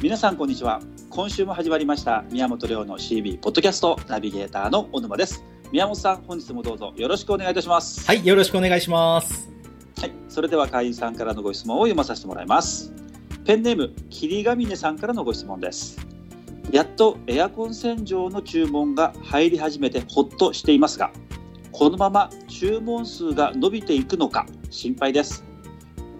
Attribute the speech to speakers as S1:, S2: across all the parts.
S1: 皆さんこんにちは今週も始まりました宮本亮の CB ポッドキャストナビゲーターの小沼です宮本さん本日もどうぞよろしくお願いいたします
S2: はい、よろしくお願いします。
S1: はい、それでは会員さんからのご質問を読まさせてもらいますペンネーム霧ヶ峰さんからのご質問ですやっとエアコン洗浄の注文が入り始めてほっとしていますがこのまま注文数が伸びていくのか心配です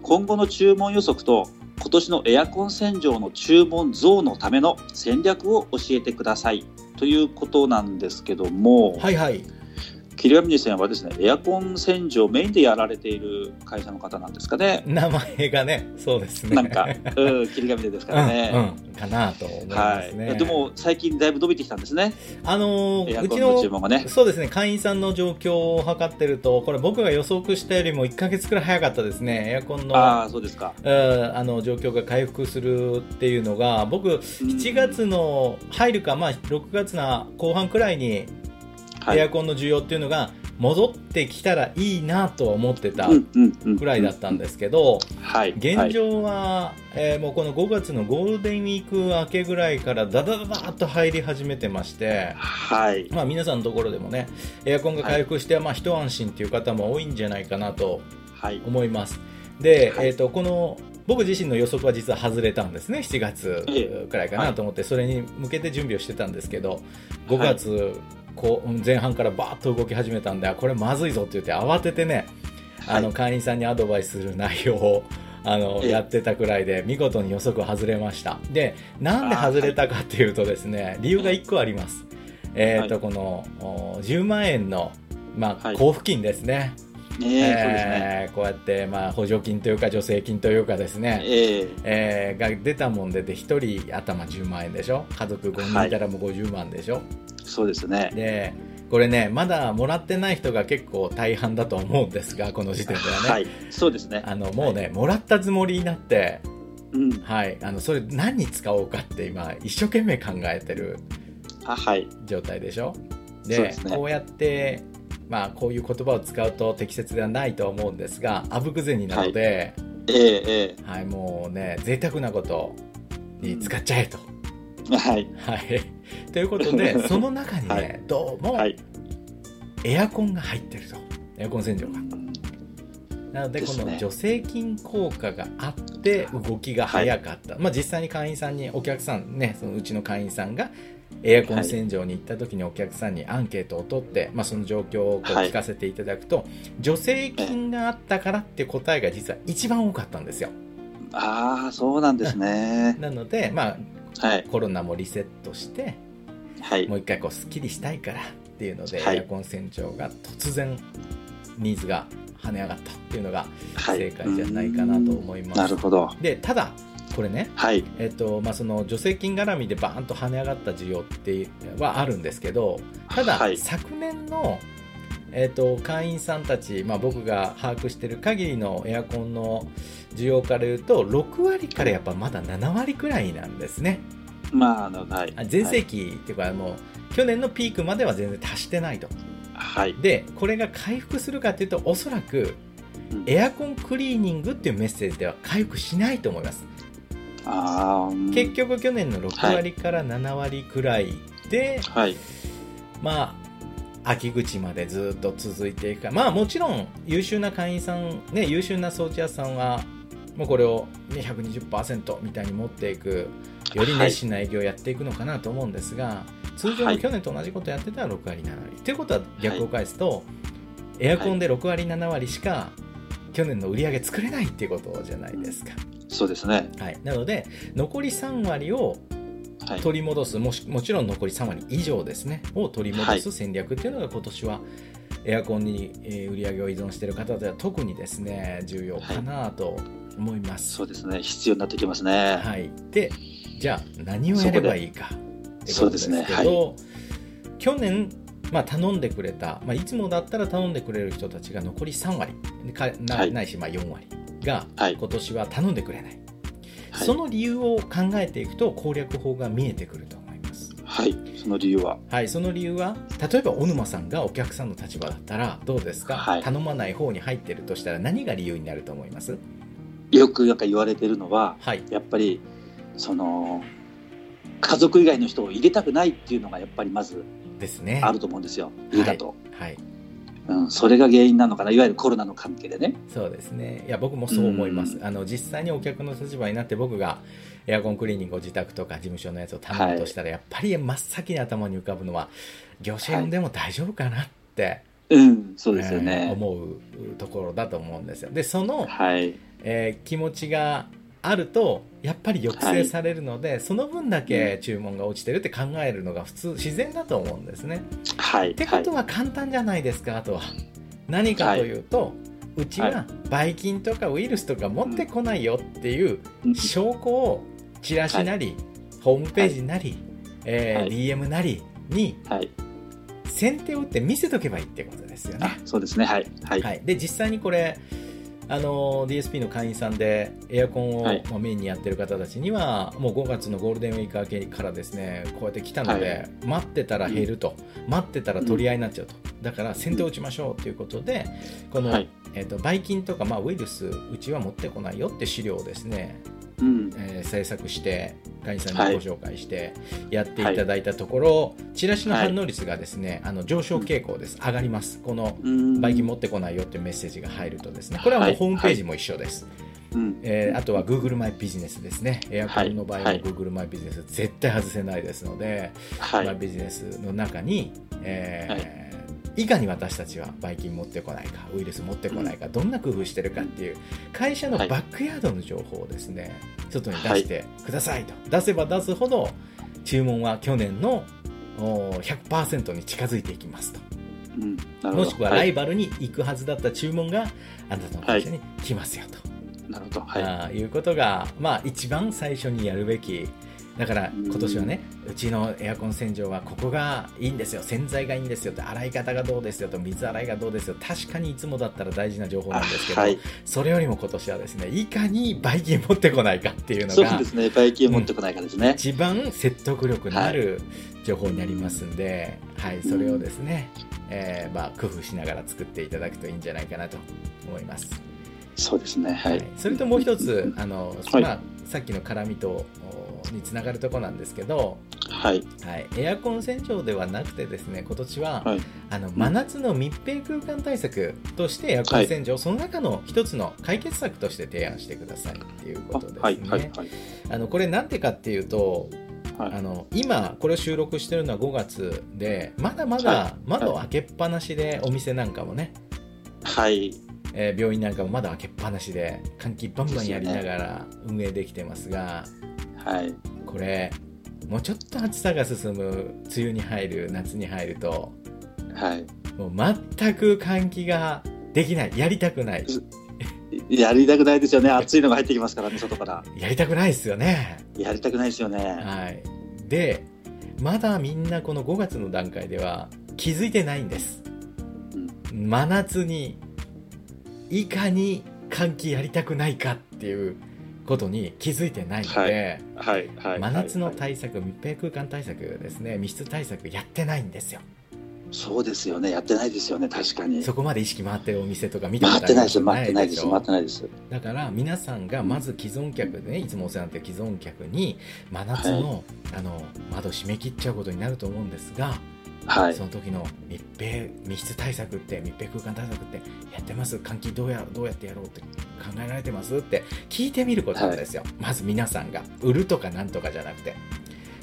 S1: 今後の注文予測と今年のエアコン洗浄の注文増のための戦略を教えてくださいということなんですけども、
S2: はいはい。
S1: 桐上さんはですねエアコン洗浄をメインでやられている会社の方なんですかね。
S2: 名前がね、そうですね。
S1: なんか、うん、霧上です
S2: う
S1: から
S2: ん、
S1: ね。
S2: うん、かなと思いま
S1: は
S2: す
S1: い、
S2: ね。
S1: でも最近だいぶ伸びてきたんですね、
S2: あの
S1: エ
S2: ー
S1: ア
S2: う
S1: コ
S2: ち
S1: ンの
S2: の
S1: 注文がね。
S2: そうですね、会員さんの状況を測ってると、これ僕が予測したよりも1ヶ月くらい早かったですね。エアコンの、
S1: ああ、そうですか。
S2: うんあの、状況が回復するっていうのが、僕、7月の入るか、まあ、6月の後半くらいに、
S1: は
S2: エア
S1: い、
S2: コンの需要っていうのが戻ってきたらいいなとは思ってたく
S1: ぐ
S2: らいだったんですけど、
S1: はい、は
S2: 現
S1: い、
S2: 状は、えーもうこの5月のゴールデンウィーク明けぐらいからダダダダっと入り始めてまして、
S1: はい、
S2: まあ、皆さんのところでもねエアコンが回復して、まあ、一安心という方も多いんじゃないかなと
S1: はい、
S2: 思いますで、
S1: はい
S2: えー、とこの僕自身の予測は実は外れたんですね7
S1: え
S2: 月くらいかなと思って、それに向けて準備をしてたんですけど
S1: はい
S2: 5月、こう前半からバーッと動き始めたんであこれまずいぞって言って慌ててねあの
S1: はい
S2: 会員さんにアドバイスする内容をあの
S1: ええ
S2: やってたくらいで見事に予測を外れましたでなんで
S1: あー
S2: 外れたかっていうとですね理由が1個ありますえっ、と、
S1: は
S2: このお10万円の、まあ
S1: はい
S2: 交付金ですね、
S1: ねえそうですね。
S2: えーこうやって、まあ、補助金というか助成金というかですね、
S1: ええ
S2: えーが出たもんでで1人頭10万円でしょ家族5人いたらもう50万でしょ、
S1: そうですね。
S2: でこれねまだもらってない人が結構大半だと思うんですがこの時点ではね、
S1: はい、そうですね。
S2: あのもうね、もらったつもりになって、
S1: うん、
S2: はい、あのそれ何に使おうかって今一生懸命考えてる
S1: あ、はい、
S2: 状態でしょで
S1: そうですね
S2: こうやって、まあ、こういう言葉を使うと適切ではないとは思うんですがあぶく銭なので、
S1: えええ
S2: はいもうね贅沢なことに使っちゃえと。
S1: えはい、
S2: はい、というこ とでその中にね、
S1: はい
S2: どうも
S1: はい、
S2: エアコンが入ってるとエアコン洗浄が。なので
S1: で
S2: こ
S1: すね
S2: の助成金効果があって動きが早かった、まあ、実際に会員さんにお客さんねそのうちの会員さんがエアコン洗浄に行った時にお客さんにアンケートを取って、まあ、その状況をこう
S1: はい
S2: 聞かせていただくと、助成金があったからって答えが実は一番多かったんですよ
S1: ああ、そうなんです ね。
S2: なので、まあ、
S1: はい、
S2: コロナもリセットして
S1: はい
S2: も、う一回こうスッキリしたいからっていうので、
S1: はい
S2: エアコン船長が突然ニーズが跳ね上がったっていうのが
S1: はい。
S2: 正解じゃないかなと
S1: うん
S2: 思います、
S1: なるほど。
S2: でただこれね
S1: はい、
S2: えっとまあ、その助成金絡みでバーンと跳ね上がった需要ってはあるんですけどただ、
S1: はい
S2: 昨年の、えっと、会員さんたち、まあ、僕が把握している限りのエアコンの需要から言うと6割からやっぱまだ7割くらいなんですね。
S1: まあ、あのはい。
S2: あ全盛期っていうか、もう去年のピークまでは全然達してないと
S1: はい。
S2: でこれが回復するかっていうとおそらく
S1: うん
S2: エアコンクリーニングっていうメッセージでは回復しないと思います
S1: ああ、うん
S2: 結局去年の6割から7割くらいで、
S1: はい。
S2: まあ秋口までずっと続いていくかまあもちろん優秀な会員さんね優秀な装置屋さんはもうこれをね120%みたいに持っていくより熱心な営業をやっていくのかなと思うんですが、通常
S1: は
S2: の
S1: い
S2: 去年と同じことやってたら6割7割っていうことは逆を返すと、エアコンで6割7割しか去年の売り上げ作れないっていうことじゃないですか、
S1: そうですね。
S2: はい、なので残り3割を
S1: はい。
S2: 取り戻すもしもちろん残り3割以上ですねを取り戻す戦略っていうのが今年はエアコンにえー売り上げを依存している方では特にですね重要かなと思います。
S1: そ
S2: は
S1: うですね。必要になってきますね。
S2: い、でじゃあ何をやればいいかってことですけど
S1: そうですねは
S2: 去年まあ、頼んでくれた、まあ、いつもだったら頼んでくれる人たちが残り3割かな,、
S1: はい
S2: ないしまあ4割が
S1: はい
S2: 今年は頼んでくれない、
S1: はい
S2: その理由を考えていくと攻略法が見えてくると思います。
S1: はい。その理由は。
S2: はい、その理由は例えば小沼さんがお客さんの立場だったらどうですか、
S1: はい
S2: 頼まない方に入ってるとしたら何が理由になると思います
S1: よくなんか言われてるのは、
S2: はい
S1: やっぱり、その家族以外の人を入れたくないっていうのがやっぱりまず
S2: ですね。
S1: あると思うんですよ、家だと、
S2: はい。
S1: うん。それが原因なのかな、いわゆるコロナの関係でね。
S2: そうですね。いや、僕もそう思います。あの、実際にお客の立場になって、僕がエアコンクリーニングを自宅とか事務所のやつを頼むとしたら、やっぱり真っ先に頭に浮かぶのは、業者呼んでも大丈夫かなって、
S1: うん、そうですよ
S2: えー
S1: ね。
S2: 思うところだと思うんですよ。で、その、
S1: はい。
S2: えー気持ちがあると、やっぱり抑制されるので、その分だけ注文が落ちてるって考えるのが普通、自然だと思うんですね。
S1: はい。
S2: って
S1: は
S2: こ
S1: い
S2: と。は簡単じゃないですか、あとは。何かというと、うち
S1: は
S2: はばい菌とかウイルスとか持ってこないよっていう
S1: うん
S2: 証拠をチラシなり、ホームページなり、えー
S1: はい
S2: DM なりに
S1: はい。
S2: 先手を打って見せとけばいいってことですよね。
S1: そうですね。はい。はい。
S2: はい、で実際にこれあの DSP の会員さんでエアコンを、
S1: はい
S2: まあ、メインにやってる方たちにはもう5月のゴールデンウィーク明けからですねこうやって来たので、
S1: は
S2: 待ってたら減ると、待ってたら取り合いになっちゃうと、だから先手を打ちましょうということでこの、
S1: はい
S2: えー、とばい菌とか、まあ、ウイルスうちは持ってこないよって資料をですね、
S1: うん。
S2: えー制作して会員さん
S1: は
S2: に
S1: い
S2: ご紹介してやっていただいたところ、チラシの反応率がですね、あの上昇傾向です、上がりますこの
S1: うん
S2: バイキン持ってこないよっていうメッセージが入るとですね、これはも
S1: は
S2: う
S1: い
S2: ホームページも一緒です。
S1: うん
S2: えーあとは Google マイビジネスですね。エアコンの場合は
S1: はい
S2: Google マイビジネス絶対外せないですので、
S1: は
S2: マイ
S1: い。
S2: ビジネスの中に、えーいかに私たちはバイキン持ってこないか、ウイルス持ってこないか、どんな工夫してるかっていう、会社のバ
S1: はい
S2: ックヤードの情報をですね、外に出してくださいと。出せば出すほど、注文は去年のおー100%に近づいていきますと。
S1: うん。なるほど。
S2: もしくはライバルに行くはずだった注文があなたの会社に来ますよ
S1: い。なるほど。
S2: と、
S1: はいい。
S2: いうことが、まあ、一番最初にやるべきだから
S1: うん
S2: 今年はねうちのエアコン洗浄はここがいいんですよ洗剤がいいんですよと洗い方がどうですよと水洗いがどうですよ確かにいつもだったら大事な情報なんですけど、
S1: はい。
S2: それよりも今年はですねいかにバイキン持ってこないかっていうの
S1: そう
S2: が
S1: ですね。バイキン持ってこないからですね。
S2: 一番説得力のある情報になりますんで、はいそれをですね、えーまあ、工夫しながら作っていただくといいんじゃないかなと思います、
S1: そうですね。は。
S2: はいそれともう一つあの、
S1: はい
S2: まあ、さっきの絡みとおにつながるところなんですけど、
S1: はい。
S2: はい、エアコン洗浄ではなくてですね今年は、
S1: はい
S2: あの真夏の密閉空間対策としてエアコン洗浄、その中の一つの解決策として提案してくださいっていうことですね。
S1: はい。はい。はい。
S2: あのこれなんでかっていうと、
S1: はい
S2: あの今これを収録してるのは5月でまだま
S1: は
S2: だ窓を開けっぱなしでお店なんかもね、
S1: はい。
S2: えー病院なんかもまだ開けっぱなしで換気バンバンやりながら運営できてますが
S1: はい。
S2: これもうちょっと暑さが進む梅雨に入る夏に入ると
S1: はい。
S2: もう全く換気ができないやりたくない
S1: やりたくないですよね。暑いのが入ってきますからね、外から。
S2: やりたくないですよね。
S1: やりたくないですよね。
S2: はい、でまだみんなこの5月の段階では気づいてないんです真夏にいかに換気やりたくないかっていうことに気づいてないので、
S1: はい。はい。
S2: 真夏の
S1: はいはい
S2: 対策、密閉空間対策ですね密室対策やってないんですよ
S1: そうですよね。やってないですよね。確かに。
S2: そこまで意識回ってるお店とか見たこ
S1: 回っ
S2: とあ
S1: て
S2: り
S1: ない
S2: ま
S1: ですす。回ってないで
S2: し
S1: す。
S2: ょ
S1: 回ってないです。
S2: だから皆さんがまず既存客でねいつもお世話になってる既存客に真夏の,、あの窓閉め切っちゃうことになると思うんですが、
S1: はい
S2: そ。の時の密閉密室対策って密閉空間対策ってやってます換気どうやどうやってやろうって考えられてますって聞いてみることなんですよ、まず皆さんが売るとかなんとかじゃなくて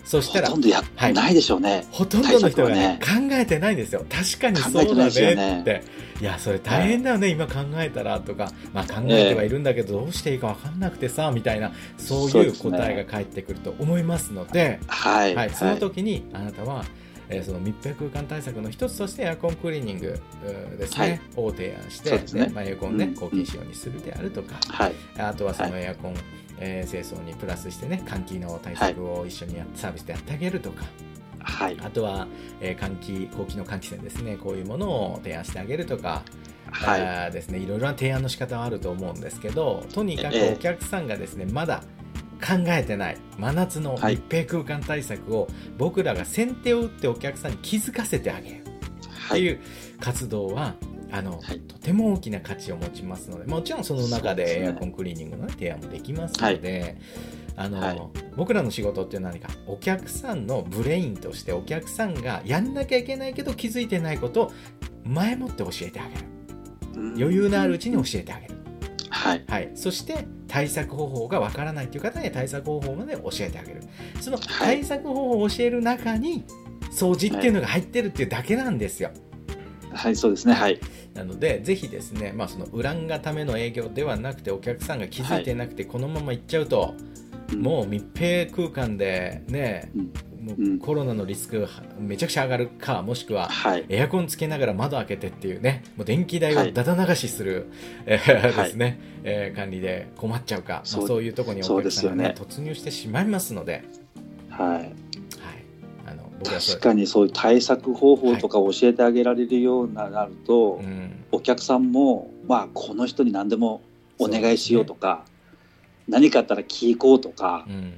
S2: そし
S1: ほ
S2: たら
S1: とんどや
S2: はい
S1: ないでしょうね。
S2: ほとんどの人が、ね
S1: 対
S2: 考えてないんですよ確かに
S1: 考え
S2: そ
S1: て
S2: う
S1: ない
S2: だ
S1: ですよ
S2: ね
S1: ね
S2: っていやそれ大変だよね、今考えたらとか、まあ、考えてはいるんだけどどうしていいか分かんなくてさみたいなそう
S1: そう
S2: い
S1: で
S2: う
S1: すね
S2: 答えが返ってくると思いますので。
S1: はい。
S2: はい、その時にあなたは、えーその密閉空間対策の一つとしてエアコンクリーニングうーですね、
S1: はい
S2: を提案して
S1: そうですね
S2: まあ、エアコンね
S1: うん
S2: 抗菌仕様にするであるとか、
S1: はい。
S2: あとはその
S1: は
S2: エアコン、えー清掃にプラスしてね換気の対策を一緒にやサービスでやってあげるとか、
S1: はい。
S2: あとは、えー換気後期の換気扇ですねこういうものを提案してあげるとか、
S1: はい。
S2: あーですねいろいろな提案の仕方はあると思うんですけどとにかく
S1: ええ
S2: お客さんがですねまだ考えてない真夏の
S1: はい
S2: 密閉空間対策を僕らが先手を打ってお客さんに気づかせてあげるっ
S1: は
S2: て
S1: い。
S2: いう活動は、あの
S1: はい
S2: とても大きな価値を持ちますのでもちろんその中
S1: そうです
S2: で
S1: ね
S2: エアコンクリーニングのね提案もできますので。あの、
S1: はい
S2: 僕らの仕事っていうのは何かお客さんのブレインとしてお客さんがやんなきゃいけないけど気づいてないことを前もって教えてあげる余裕のあるうちに教えてあげる、
S1: はい
S2: はい、そして対策方法がわからないという方には対策方法まで教えてあげるその対策方法を教える中に掃除っていうのが入ってるっていうだけなんですよ
S1: はいそうですねはい
S2: なのでぜひですね、まあ、その恨んがための営業ではなくてお客さんが気づいてなくてこのまま行っちゃうと、
S1: うん
S2: もう密閉空間でね、もううんコロナのリスクがめちゃくちゃ上がるかもしくは
S1: はい
S2: エアコンつけながら窓開けてっていうねもう電気代
S1: は
S2: を
S1: い
S2: だだ流しする、えー
S1: はい
S2: ですね、えー管理で困っちゃうか、まあ
S1: そう
S2: そういうところにお
S1: そう
S2: 客
S1: です
S2: さ
S1: よ
S2: んが、ね
S1: ね
S2: 突入してしまいますので、
S1: はい
S2: はい、あの僕はそ
S1: 確
S2: れ
S1: かにそういう対策方法とかを教えてあげられるようになると、
S2: うん
S1: お客さんも、まあ、この人に何でもお願いしようとか何かあったら聞こうとか、
S2: うん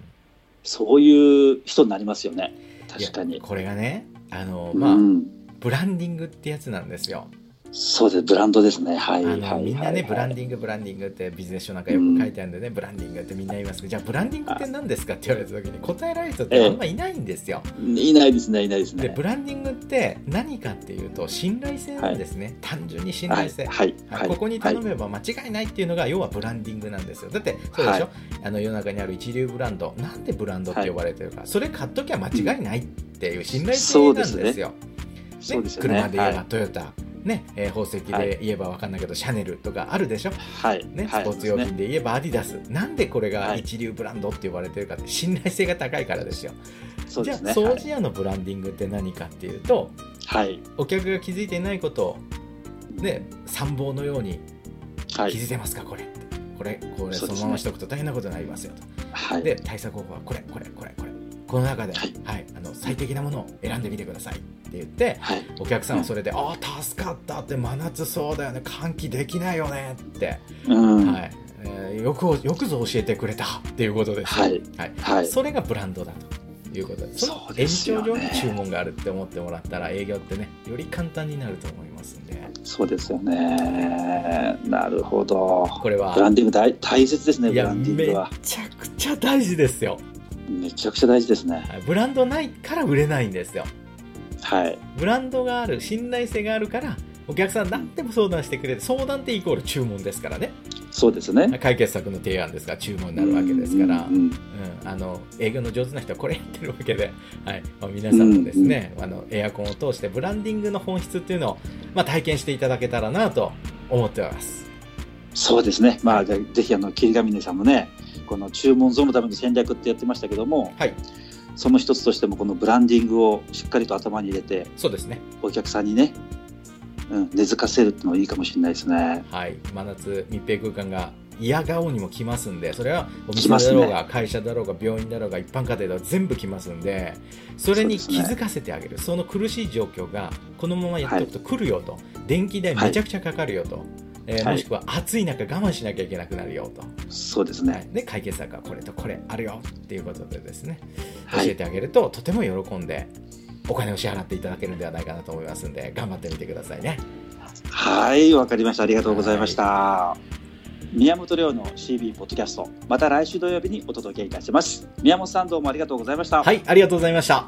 S1: そういう人になりますよね
S2: いや
S1: 確かに、
S2: これがねあの、まあ
S1: うん、
S2: ブランディングってやつなんですよ。
S1: そうですブランドですねは
S2: あ
S1: いはい
S2: のみんなね、ブラン
S1: デ
S2: ディング、ブランディングってビジネス書なんかよく書いてあるんでね、ブランディングってみんな言いますけど、じゃあブランディングって何ですかって言われた時に答えられる人ってあんまいないんですよ。
S1: いないですねいないですね
S2: で、ブランディングって何かっていうと、信頼性なんですね。単純に信
S1: は
S2: 頼
S1: い
S2: 性。
S1: はい
S2: は
S1: はいい
S2: ここに頼
S1: はい
S2: めば間違いないっていうのが要はブランディングなんですよだってそうでしょ、
S1: は
S2: あの世の中にある一流ブランドなんでブランドって呼ばれてるか、それ買っときゃ間違いないっていう信頼性なん
S1: そう
S2: で
S1: ですす
S2: よ、ね
S1: そうですよね
S2: 車で言えば、
S1: は
S2: トヨタ、ねえー宝石で言えば分かんないけど、シャネルとかあるでしょ、
S1: はい、
S2: ね
S1: はい
S2: スポーツ用
S1: そう
S2: 品
S1: で
S2: で言えばアディダス、なんでこれが
S1: はい
S2: 一流ブランドって呼ばれてるかって信頼性が高いからですよ、
S1: すねそう
S2: じ
S1: で
S2: ゃあ
S1: すね
S2: 掃除屋のブランディングって何かっていうと
S1: はい
S2: お客が気づいていないことを、ね、参謀のように
S1: は
S2: 気づ
S1: い
S2: いてますかこれってこれこれ
S1: そ
S2: そう
S1: ですね
S2: のまましておくと大変なことになりますよと
S1: はい
S2: で対策方法はこれこれこれこれこの中で、は
S1: はいい
S2: あの最適なものを選んでみてくださいって言って
S1: はい
S2: お客さんはそれで「ああ助かった」って「真夏そうだよね換気できないよね」って、
S1: うん
S2: はいえーよくよくぞ教えてくれたっていうことですよ
S1: はい
S2: はい
S1: はい
S2: それがブランドだということですその
S1: そう
S2: 延
S1: ですよ
S2: 長
S1: ね
S2: 上に注文があるって思ってもらったら営業ってねより簡単になると思いますんで
S1: そうですよねなるほど
S2: これは
S1: ブランディング大大切ですね
S2: い
S1: ブ
S2: や
S1: ランディン
S2: め
S1: グは
S2: ちゃくちゃ大事ですよ
S1: めちゃくちゃ大事ですね
S2: はいブランドないから売れないんですよ
S1: はい
S2: ブランドがある信頼性があるからお客さん何でも相談してくれる相談ってイコール注文ですからね
S1: そうですね
S2: 解決策の提案ですから注文になるわけですから、
S1: うんうん
S2: うんあの営業の上手な人はこれやってるわけで、はいまあ皆さんもですね、あのエアコンを通してブランディングの本質っていうのを、まあ、体験していただけたらなと思っております
S1: そうですねまあじゃあぜひあの霧ヶ峰さんもねこの注文増のための戦略ってやってましたけども
S2: はい
S1: その一つとしてもこのブランディングをしっかりと頭に入れて
S2: そうですね
S1: お客さんにね、うん、根付かせるってのいいかもしれないですね
S2: はい、真夏密閉空間が嫌顔にも来ますんでそれはお店
S1: 来ます
S2: だ
S1: ね
S2: ろうが、会社だろうが病院だろうが一般家庭だろうが全部来ますんでそれに
S1: そう
S2: 気
S1: ですね
S2: づかせてあげるそ,、の苦しい状況がこのままやっておくと来るよと、電気代めちゃくちゃかかるよと、えー
S1: はい
S2: もしくは暑い中我慢しなきゃいけなくなるよと、
S1: そうです
S2: はい
S1: ね、
S2: で解決策はこれとこれあるよっていうことでですね教
S1: はい
S2: えてあげると、とても喜んでお金を支払っていただけるんではないかなと思いますんで頑張ってみてくださいね。
S1: はいわかりましたありがとうございました、宮本亮の CB ポッドキャストまた来週土曜日にお届けいたします宮本さんどうもありがとうございました
S2: はいありがとうございました